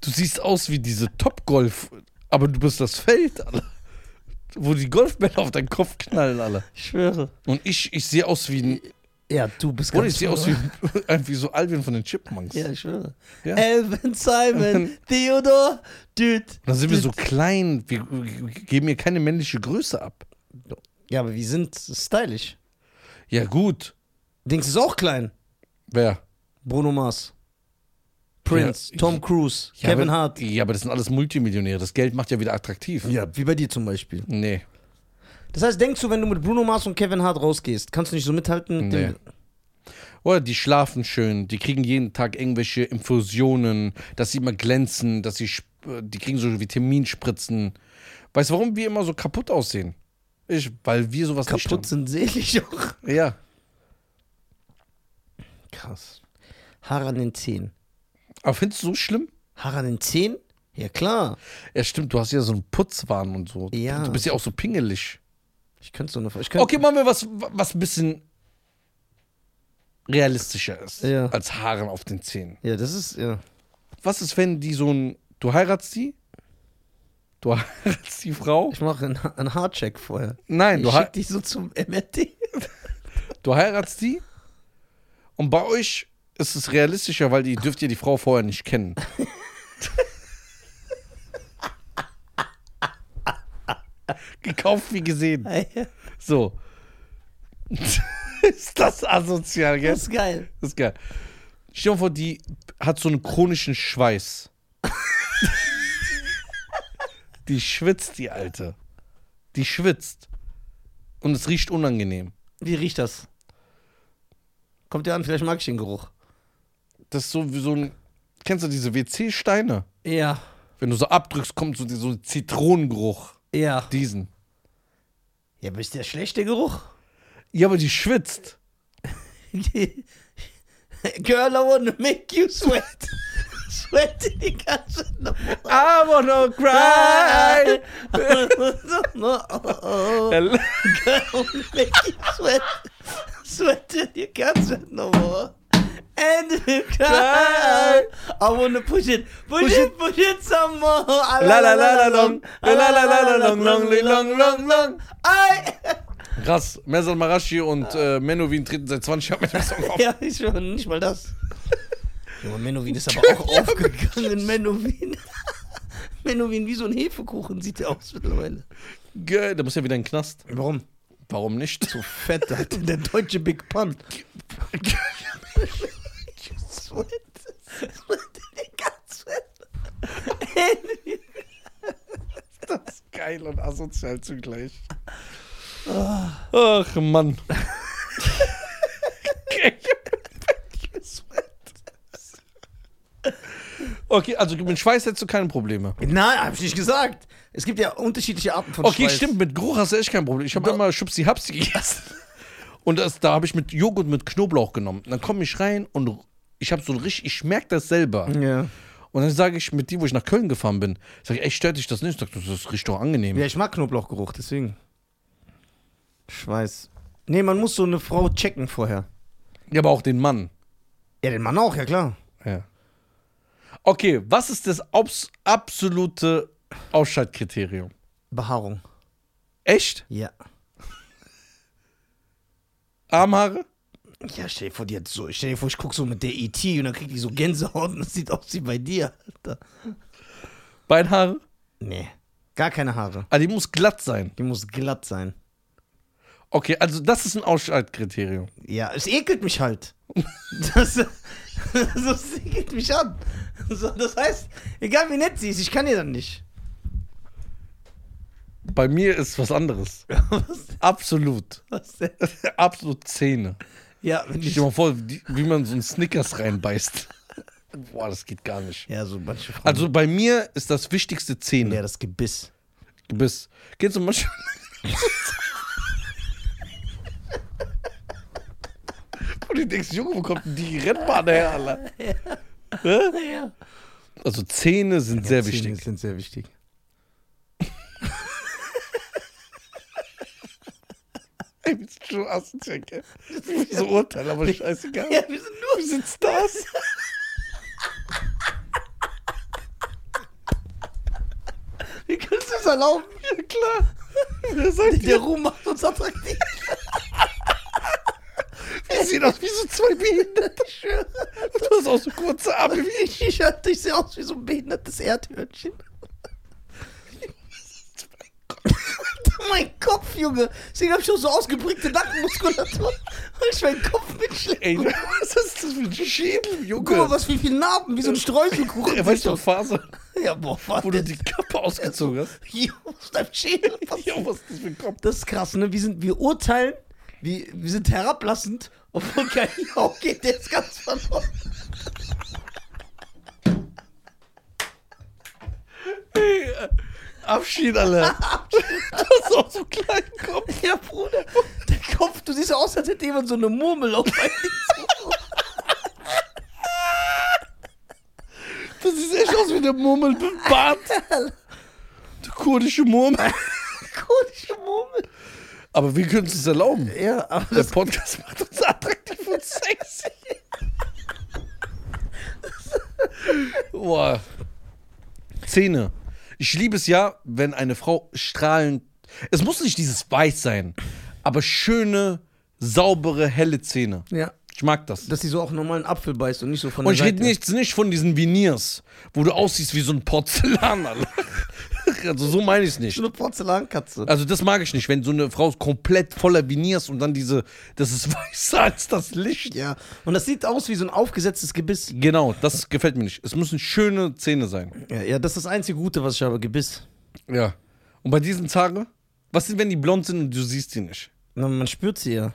du siehst aus wie diese Top-Golf, aber du bist das Feld, Alter. Wo die Golfbälle auf deinen Kopf knallen, alle. Ich schwöre. Und ich, ich sehe aus wie ein Ja, du bist Bruder, ganz ich sehe aus wie, wie so Alvin von den Chipmunks. Ja, ich schwöre. Ja. Elvin, Simon, Theodor, Dude. Dann sind wir so klein, wir g- geben ihr keine männliche Größe ab. Ja, aber wir sind stylisch. Ja, gut. Dings ist auch klein. Wer? Bruno Mars, Prince, Ja, Tom Cruise, Ja, Kevin aber, Hart. Ja, aber das sind alles Multimillionäre. Das Geld macht ja wieder attraktiv. Ja, wie bei dir zum Beispiel. Nee. Das heißt, denkst du, wenn du mit Bruno Mars und Kevin Hart rausgehst, kannst du nicht so mithalten? mit Nee. dem- Oder Oh, die schlafen schön, die kriegen jeden Tag irgendwelche Infusionen, dass sie immer glänzen, dass sie sp- äh, die kriegen so Vitaminspritzen. Weißt du, warum wir immer so kaputt aussehen? Ich, weil wir sowas Kaputt nicht sind selig auch. haben. Ja. Krass. Haare an den Zehen. Aber findest du so schlimm? Haare an den Zehen? Ja, klar. Ja, stimmt, du hast ja so einen Putzwahn und so. Ja. Du bist ja auch so pingelig. Ich könnte so eine. Ich könnte, Okay, machen wir was, was ein bisschen realistischer ist Ja. als Haaren auf den Zähnen. Ja, das ist. Ja. Was ist, wenn die so ein. Du heiratst die? Du heiratst die Frau? Ich mache einen, einen Haarcheck vorher. Nein, Ich du, hei- schick dich so zum MRT. du heiratst die und bei euch ist es realistischer, weil die dürft ihr die Frau vorher nicht kennen. Gekauft wie gesehen. Das So. ist das asozial, gell? ist geil. Das ist geil. Stell dir mal vor, die hat so einen chronischen Schweiß. die schwitzt, die Alte. Die schwitzt. Und es riecht unangenehm. Wie riecht das? Kommt ja an, vielleicht mag ich den Geruch. Das ist so wie so ein. Kennst du diese WC-Steine? Ja, Wenn du so abdrückst, kommt so, die- so ein Zitronengeruch. ja. Diesen. Ja, aber ist der schlechte Geruch? Ja, aber die schwitzt. Girl, I wanna make you sweat. Sweat die ganze Nummer. I wanna cry. no, oh, oh. Girl, make you sweat. Sweat die ganze Nummer. And you cry. I wanna push it, push, Push it, push it some more. Ah, La la la la long. La la la la la long, long, li, long, long, long. Ei. Krass, Mesal Marashi und äh, Menowin treten seit 20 Jahren mit dem Song auf. Ja, ich schon, nicht mal das. Junge, Menowin ist aber auch aufgegangen, Menowin. Menowin, wie so ein Hefekuchen sieht der aus mittlerweile. Geil, da muss ja wieder in den Knast. Warum? Warum nicht? So Fett, Alter, der deutsche Big Pun. Sweat, sweat, den ganzen- geil und asozial zugleich. Ach Mann. Okay, also mit Schweiß hättest du keine Probleme. Nein, hab ich nicht gesagt. Es gibt ja unterschiedliche Arten von Okay, Schweiß. stimmt, mit Geruch hast du echt kein Problem. Ich habe immer Schubsi Hapsi gegessen. Und das, da habe ich mit Joghurt mit Knoblauch genommen. Und dann komme ich rein und ich habe so richtig, ich merke das selber. Ja. Und dann sage ich mit die, wo ich nach Köln gefahren bin, sage ich, ey, stört dich das nicht? Sagt, das riecht doch angenehm. Ja, ich mag Knoblauchgeruch, deswegen. Schweiß. Nee, man muss so eine Frau checken vorher. Ja, aber auch den Mann. Ja, den Mann auch, ja klar. Ja. Okay, was ist das abs absolute Ausschaltkriterium? Behaarung. Echt? Ja. Armhaare? Ja, stell dir vor, die hat so, stell dir vor, ich guck so mit der ET und dann kriegt die so Gänsehaut und das sieht aus wie bei dir, Alter. Beinhaare? Nee, gar keine Haare. Ah, die muss glatt sein. Die muss glatt sein. Okay, also das ist ein Ausschaltkriterium. Ja, es ekelt mich halt. Das, das ekelt mich an. So, das heißt, egal wie nett sie ist, ich kann ihr dann nicht. Bei mir ist was anderes. Was, Absolut. was denn? Absolut Zähne. Ja, wenn Ich ich, stell mal vor, die- wie man so einen Snickers reinbeißt. Boah, das geht gar nicht. ja, so manche Frauen. Also bei mir ist das wichtigste Zähne. ja, das Gebiss. Du bist. Geht zum Beispiel. Und du denkst, Junge, wo kommt denn die Rennbahn her, Alter? Hä? Ja. Also Zähne sind sehr Zähne wichtig. sind sehr wichtig. Ey, wir sind schon asozial, gell? Wir sind so urteilen, aber scheißegal. Ja, wir sind Wir nur sind Stars. Wie kannst du das erlauben? Ja, klar. Wer seid Der ihr? Ruhm macht uns attraktiv. Wir sehen aus wie so zwei Behinderte. Ich schwöre. Du hast auch so kurze Arme wie Ich, ich, ich sehe aus wie so ein behindertes Erdhörnchen. Oh mein Kopf, Junge. Deswegen habe ich auch so ausgeprägte Nackenmuskulatur. Weil ich meinen Kopf mitschleppe. Ey, was ist das für ein Schädel, Junge? Guck mal, was für viele Narben, wie so ein Streuselkuchen. Er weiß doch Faser, Ja, boah, was wo du die Kappe ausgezogen hast. Jo, aus deinem Schädel. Was? Ja, was ist das für ein Kopf? Das ist krass, ne? Wir, sind, wir urteilen, wir, wir sind herablassend, obwohl kein Jau geht, der ist ganz verloren. Äh, Abschied, Alter. du hast auch so einen kleinen Kopf. Ja, Bruder, der Kopf, du siehst aus, als hätte jemand so eine Murmel auf meinem Das sieht echt aus wie eine Murmel mit Bart. Die kurdische Murmel. kurdische Murmel. Aber wir können es uns erlauben. Ja, aber Der Podcast macht uns attraktiv und sexy. Boah. Zähne. Ich liebe es ja, wenn eine Frau strahlend. Es muss nicht dieses Weiß sein, aber schöne, saubere, helle Zähne. ja. Ich mag das. Dass sie so auch normalen Apfel beißt und nicht so von Und der ich Seite. rede jetzt nicht von diesen Veneers, wo du aussiehst wie so ein Porzellan. Alter. Also so meine ich es So nicht. eine Porzellankatze. Also das mag ich nicht, wenn so eine Frau komplett voller Veneers und dann diese, das ist weißer als das Licht. Ja, und das sieht aus wie so ein aufgesetztes Gebiss. Genau, das gefällt mir nicht. Es müssen schöne Zähne sein. Ja, ja, das ist das einzige Gute, was ich habe, Gebiss. Ja. Und bei diesen Zaren, was ist, wenn die blond sind und du siehst die nicht? Na, man spürt sie ja.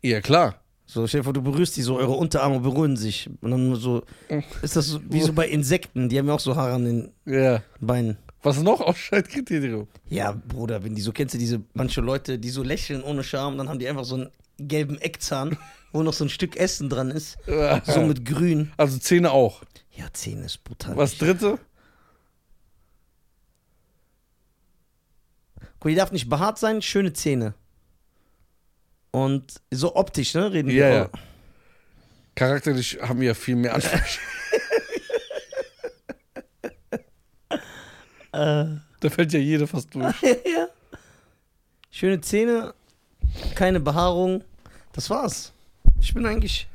Ja, klar. So, stell dir vor, du berührst die so, eure Unterarme berühren sich. Und dann nur so, ist das so, wie so bei Insekten, die haben ja auch so Haare an den Ja. Beinen. Was noch Ausschaltkriterium? Ja, Bruder, wenn die so, kennst du diese manche Leute, die so lächeln ohne Charme, dann haben die einfach so einen gelben Eckzahn, wo noch so ein Stück Essen dran ist. So mit grün. Also Zähne auch. Ja, Zähne ist brutal. Was dritte? Guck, die darf nicht behaart sein, schöne Zähne. Und so optisch, ne? Reden Ja, wir ja. Charakterlich haben wir ja viel mehr Ansprüche. Äh. Da fällt ja jeder fast durch. ja, ja. Schöne Zähne, keine Behaarung. Das war's. Ich bin eigentlich.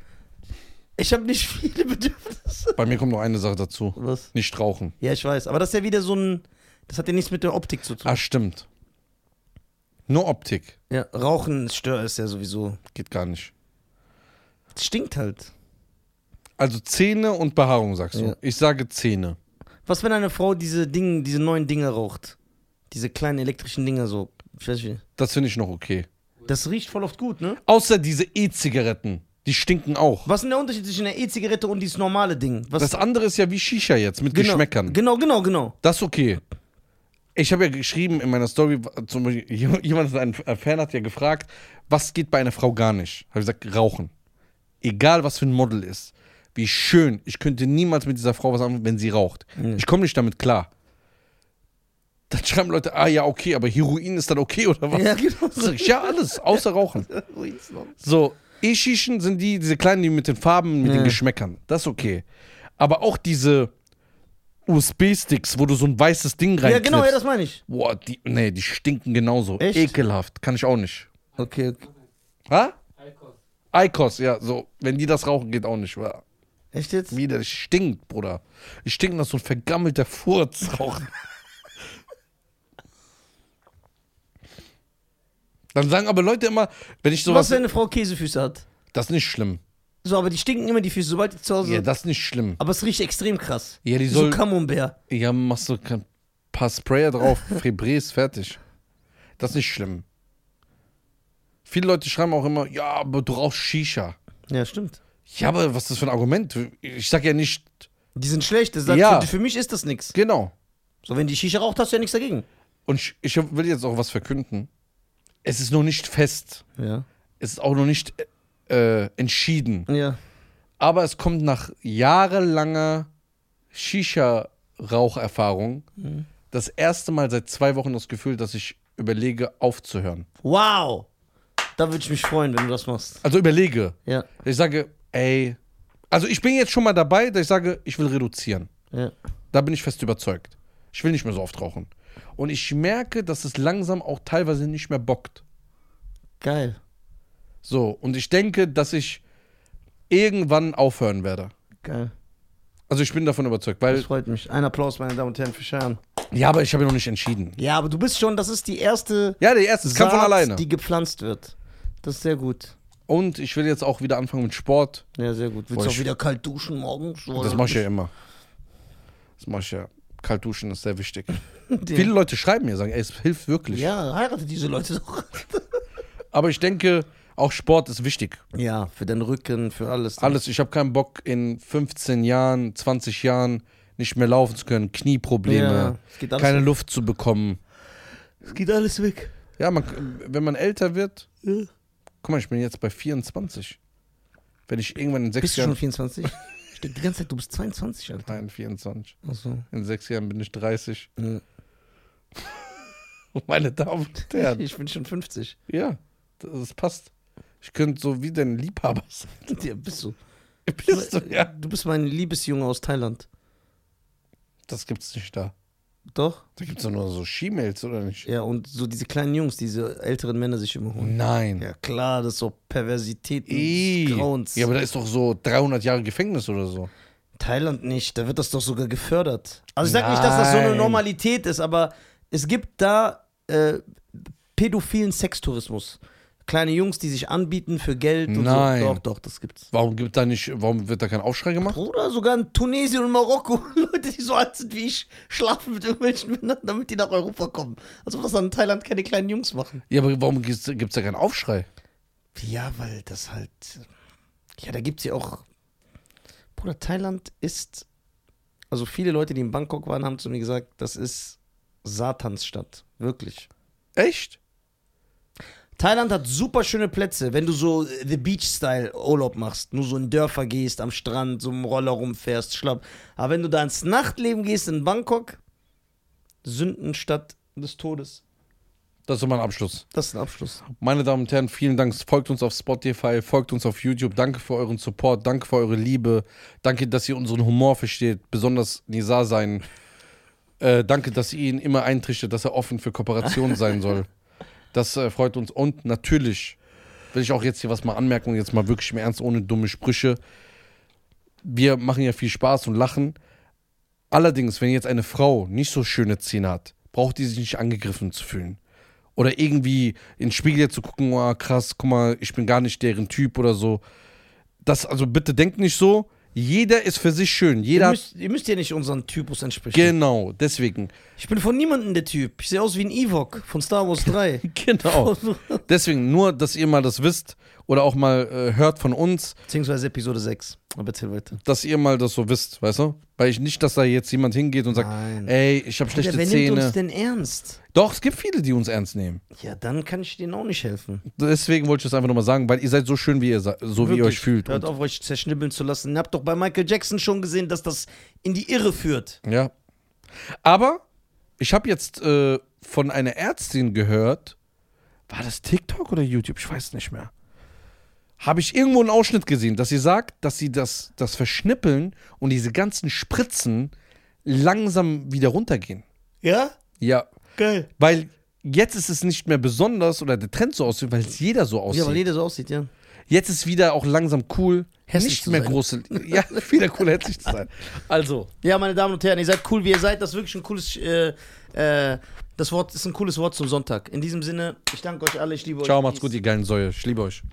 Ich habe nicht viele Bedürfnisse. Bei mir kommt noch eine Sache dazu. Was? Nicht rauchen. Ja, ich weiß. Aber das ist ja wieder so ein. Das hat ja nichts mit der Optik zu tun. Ah, stimmt. Nur Optik. Ja, Rauchen stört ist ja sowieso. Geht gar nicht. Es stinkt halt. Also Zähne und Behaarung, sagst du. Ja. Ich sage Zähne. Was, wenn eine Frau diese Dinge, diese neuen Dinger raucht? Diese kleinen elektrischen Dinger so. Ich weiß nicht. Das finde ich noch okay. Das riecht voll oft gut, ne? Außer diese E-Zigaretten. Die stinken auch. Was ist denn der Unterschied zwischen der E-Zigarette und dieses normale Ding? Was Das andere ist ja wie Shisha jetzt mit genau, Geschmäckern. Genau, genau, genau. Das ist okay. Ich habe ja geschrieben in meiner Story, zum Beispiel, jemand, ein Fan hat ja gefragt, was geht bei einer Frau gar nicht? Habe ich gesagt, rauchen. Egal, was für ein Model ist. Wie schön. Ich könnte niemals mit dieser Frau was anfangen, wenn sie raucht. Ich komme nicht damit klar. Dann schreiben Leute, ah ja, okay, aber Heroin ist dann okay oder was? Ja, genau. Sag ich, ja, alles, außer Rauchen. So, E-Shishen sind die, diese kleinen, die mit den Farben, mit den Ja. Geschmäckern. Das ist okay. Aber auch diese USB-Sticks, wo du so ein weißes Ding Ja, reinklippst. genau, ja, das meine ich. Boah, die, nee, die stinken genauso. Echt? Ekelhaft. Kann ich auch nicht. Okay, Ha? Alkohol. Eikos, ja, so. Wenn die das rauchen, geht auch nicht. Weil Echt jetzt? wieder, das stinkt, Bruder. Ich stinkt nach so ein vergammelter Furz rauchen. Dann sagen aber Leute immer, wenn ich Was, sowas. wenn eine Frau Käsefüße hat? Das ist nicht schlimm. So, aber die stinken immer die Füße, sobald die zu Hause Ja, sind. das ist nicht schlimm. Aber es riecht extrem krass. Ja, die so soll. Camembert. Ja, machst du ein paar Sprayer drauf, Febrés, fertig. Das ist nicht schlimm. Viele Leute schreiben auch immer, ja, aber du rauchst Shisha. Ja, stimmt. Ja, aber was ist das für ein Argument? Ich sag ja nicht, Die sind schlecht. Das sagt, Ja. für, für mich ist das nichts. genau. So, wenn die Shisha raucht, hast du ja nichts dagegen. Und ich, ich will jetzt auch was verkünden. Es ist noch nicht fest. Ja. Es ist auch noch nicht äh, entschieden. Ja. Aber es kommt nach jahrelanger Shisha-Raucherfahrung das erste Mal seit zwei Wochen das Gefühl, dass ich überlege, aufzuhören. Wow! Da würde ich mich freuen, wenn du das machst. Also überlege. Ja. Ich sage, ey. Also ich bin jetzt schon mal dabei, dass ich sage, ich will reduzieren. Ja. Da bin ich fest überzeugt. Ich will nicht mehr so oft rauchen. Und ich merke, dass es langsam auch teilweise nicht mehr bockt. Geil. So, und ich denke, dass ich irgendwann aufhören werde. Geil. Also ich bin davon überzeugt, weil Das freut mich. Ein Applaus, meine Damen und Herren, für Schein. ja, aber ich habe ja noch nicht entschieden. Ja, aber du bist schon, das ist die erste Ja, der erste, es kam von alleine. die gepflanzt wird. Das ist sehr gut. Und ich will jetzt auch wieder anfangen mit Sport. Ja, sehr gut. Willst Boah, du auch ich- wieder kalt duschen morgens? Das mache ich ja immer. Das mache ich ja. Kalt duschen ist sehr wichtig. Den- Viele Leute schreiben mir, sagen, ey, es hilft wirklich. Ja, heirate diese Leute doch. Aber ich denke, auch Sport ist wichtig. Ja, für den Rücken, für alles. Alles, ich habe keinen Bock, in 15 Jahren, 20 Jahren nicht mehr laufen zu können, Knieprobleme, Ja, es geht alles keine weg. Luft zu bekommen. Es geht alles weg. Ja, man, wenn man älter wird, Ja. guck mal, ich bin jetzt bei 24. Wenn ich irgendwann in sechs Bist du schon Jahren. 24? Ich denk die ganze Zeit, du bist 22, Alter. Nein, 24. Achso. In sechs Jahren bin ich 30. Ja. Meine Damen und Herren. Ich bin schon 50. ja, das, das passt. Ich könnte so wie dein Liebhaber sein. Ja, bist du. Bist du, ja. Du bist mein Liebesjunge aus Thailand. Das gibt's nicht da. Doch? Da gibt's doch nur so She-Mails, oder nicht? Ja, und so diese kleinen Jungs, diese älteren Männer sich immer holen. Nein. Ja, klar, das ist so Perversität Ih. des Grauens. Ja, aber da ist doch so 300 Jahre Gefängnis oder so. Thailand nicht, da wird das doch sogar gefördert. Also ich sag nicht, dass das so eine Nein. Normalität ist, aber es gibt da äh, pädophilen Sextourismus. Kleine Jungs, die sich anbieten für Geld und Nein. so. Doch, doch, das gibt's. Warum gibt da nicht, warum wird da kein Aufschrei gemacht? Bruder, sogar in Tunesien und Marokko, Leute, die so alt sind wie ich, schlafen mit irgendwelchen Männern, damit die nach Europa kommen. Also was dann in Thailand keine kleinen Jungs machen. Ja, aber warum gibt's, gibt's da keinen Aufschrei? Ja, weil das halt. Ja, da gibt's ja auch. Bruder, Thailand ist. Also viele Leute, die in Bangkok waren, haben zu mir gesagt, das ist Satansstadt. Wirklich. Echt? Thailand hat super schöne Plätze, wenn du so äh, The Beach-Style Urlaub machst, nur so in Dörfer gehst, am Strand, so im Roller rumfährst, schlapp. Aber wenn du da ins Nachtleben gehst in Bangkok, Sündenstadt des Todes. Das ist doch mal ein Abschluss. Das ist ein Abschluss. Meine Damen und Herren, vielen Dank. Folgt uns auf Spotify, folgt uns auf YouTube. Danke für euren Support, danke für eure Liebe. Danke, dass ihr unseren Humor versteht, besonders Nizar sein. Äh, danke, dass ihr ihn immer eintrichtet, dass er offen für Kooperation sein soll. Das äh, freut uns. Und natürlich will ich auch jetzt hier was mal anmerken und jetzt mal wirklich im Ernst, ohne dumme Sprüche. Wir machen ja viel Spaß und lachen. Allerdings, wenn jetzt eine Frau nicht so schöne Zähne hat, braucht die sich nicht angegriffen zu fühlen oder irgendwie in den Spiegel zu gucken, oh, krass, guck mal, ich bin gar nicht deren Typ oder so. Das, also bitte denkt nicht so. Jeder ist für sich schön. Ihr Jeder. müsst, ihr müsst ja nicht unseren Typus entsprechen. Genau, deswegen. ich bin von niemandem der Typ. Ich sehe aus wie ein Ewok von Star Wars 3. Genau. Deswegen, nur, dass ihr mal das wisst oder auch mal äh, hört von uns, Beziehungsweise Episode 6. Aber erzähl weiter. dass ihr mal das so wisst, weißt du? Weil ich nicht, dass da jetzt jemand hingeht und sagt, Nein. ey, ich habe schlechte Alter, wer nimmt uns Zähne. denn ernst? Doch, es gibt viele, die uns ernst nehmen. Ja, dann kann ich denen auch nicht helfen. Deswegen wollte ich das einfach nochmal sagen, weil ihr seid so schön, wie ihr se- so wie ihr euch fühlt. Hört Und, auf, euch zerschnibbeln zu lassen. Ihr habt doch bei Michael Jackson schon gesehen, dass das in die Irre führt. ja. Aber ich habe jetzt äh, von einer Ärztin gehört, war das TikTok oder YouTube? Ich weiß nicht mehr. Habe ich irgendwo einen Ausschnitt gesehen, dass sie sagt, dass sie das, das Verschnippeln und diese ganzen Spritzen langsam wieder runtergehen. Ja? Ja, Geil. weil jetzt ist es nicht mehr besonders oder der Trend so aussieht, weil es jeder so aussieht. Ja, weil jeder so aussieht, ja. Jetzt ist wieder auch langsam cool. Hässlich nicht zu mehr sein. große. Ja, wieder cool, hässlich zu sein. Also, Ja, meine Damen und Herren, ihr seid cool, wie ihr seid. Das ist wirklich ein cooles. Äh, äh, das Wort ist ein cooles Wort zum Sonntag. In diesem Sinne, ich danke euch alle. Ich liebe euch. ciao, macht's Peace. gut, ihr geilen Säue. Ich liebe euch.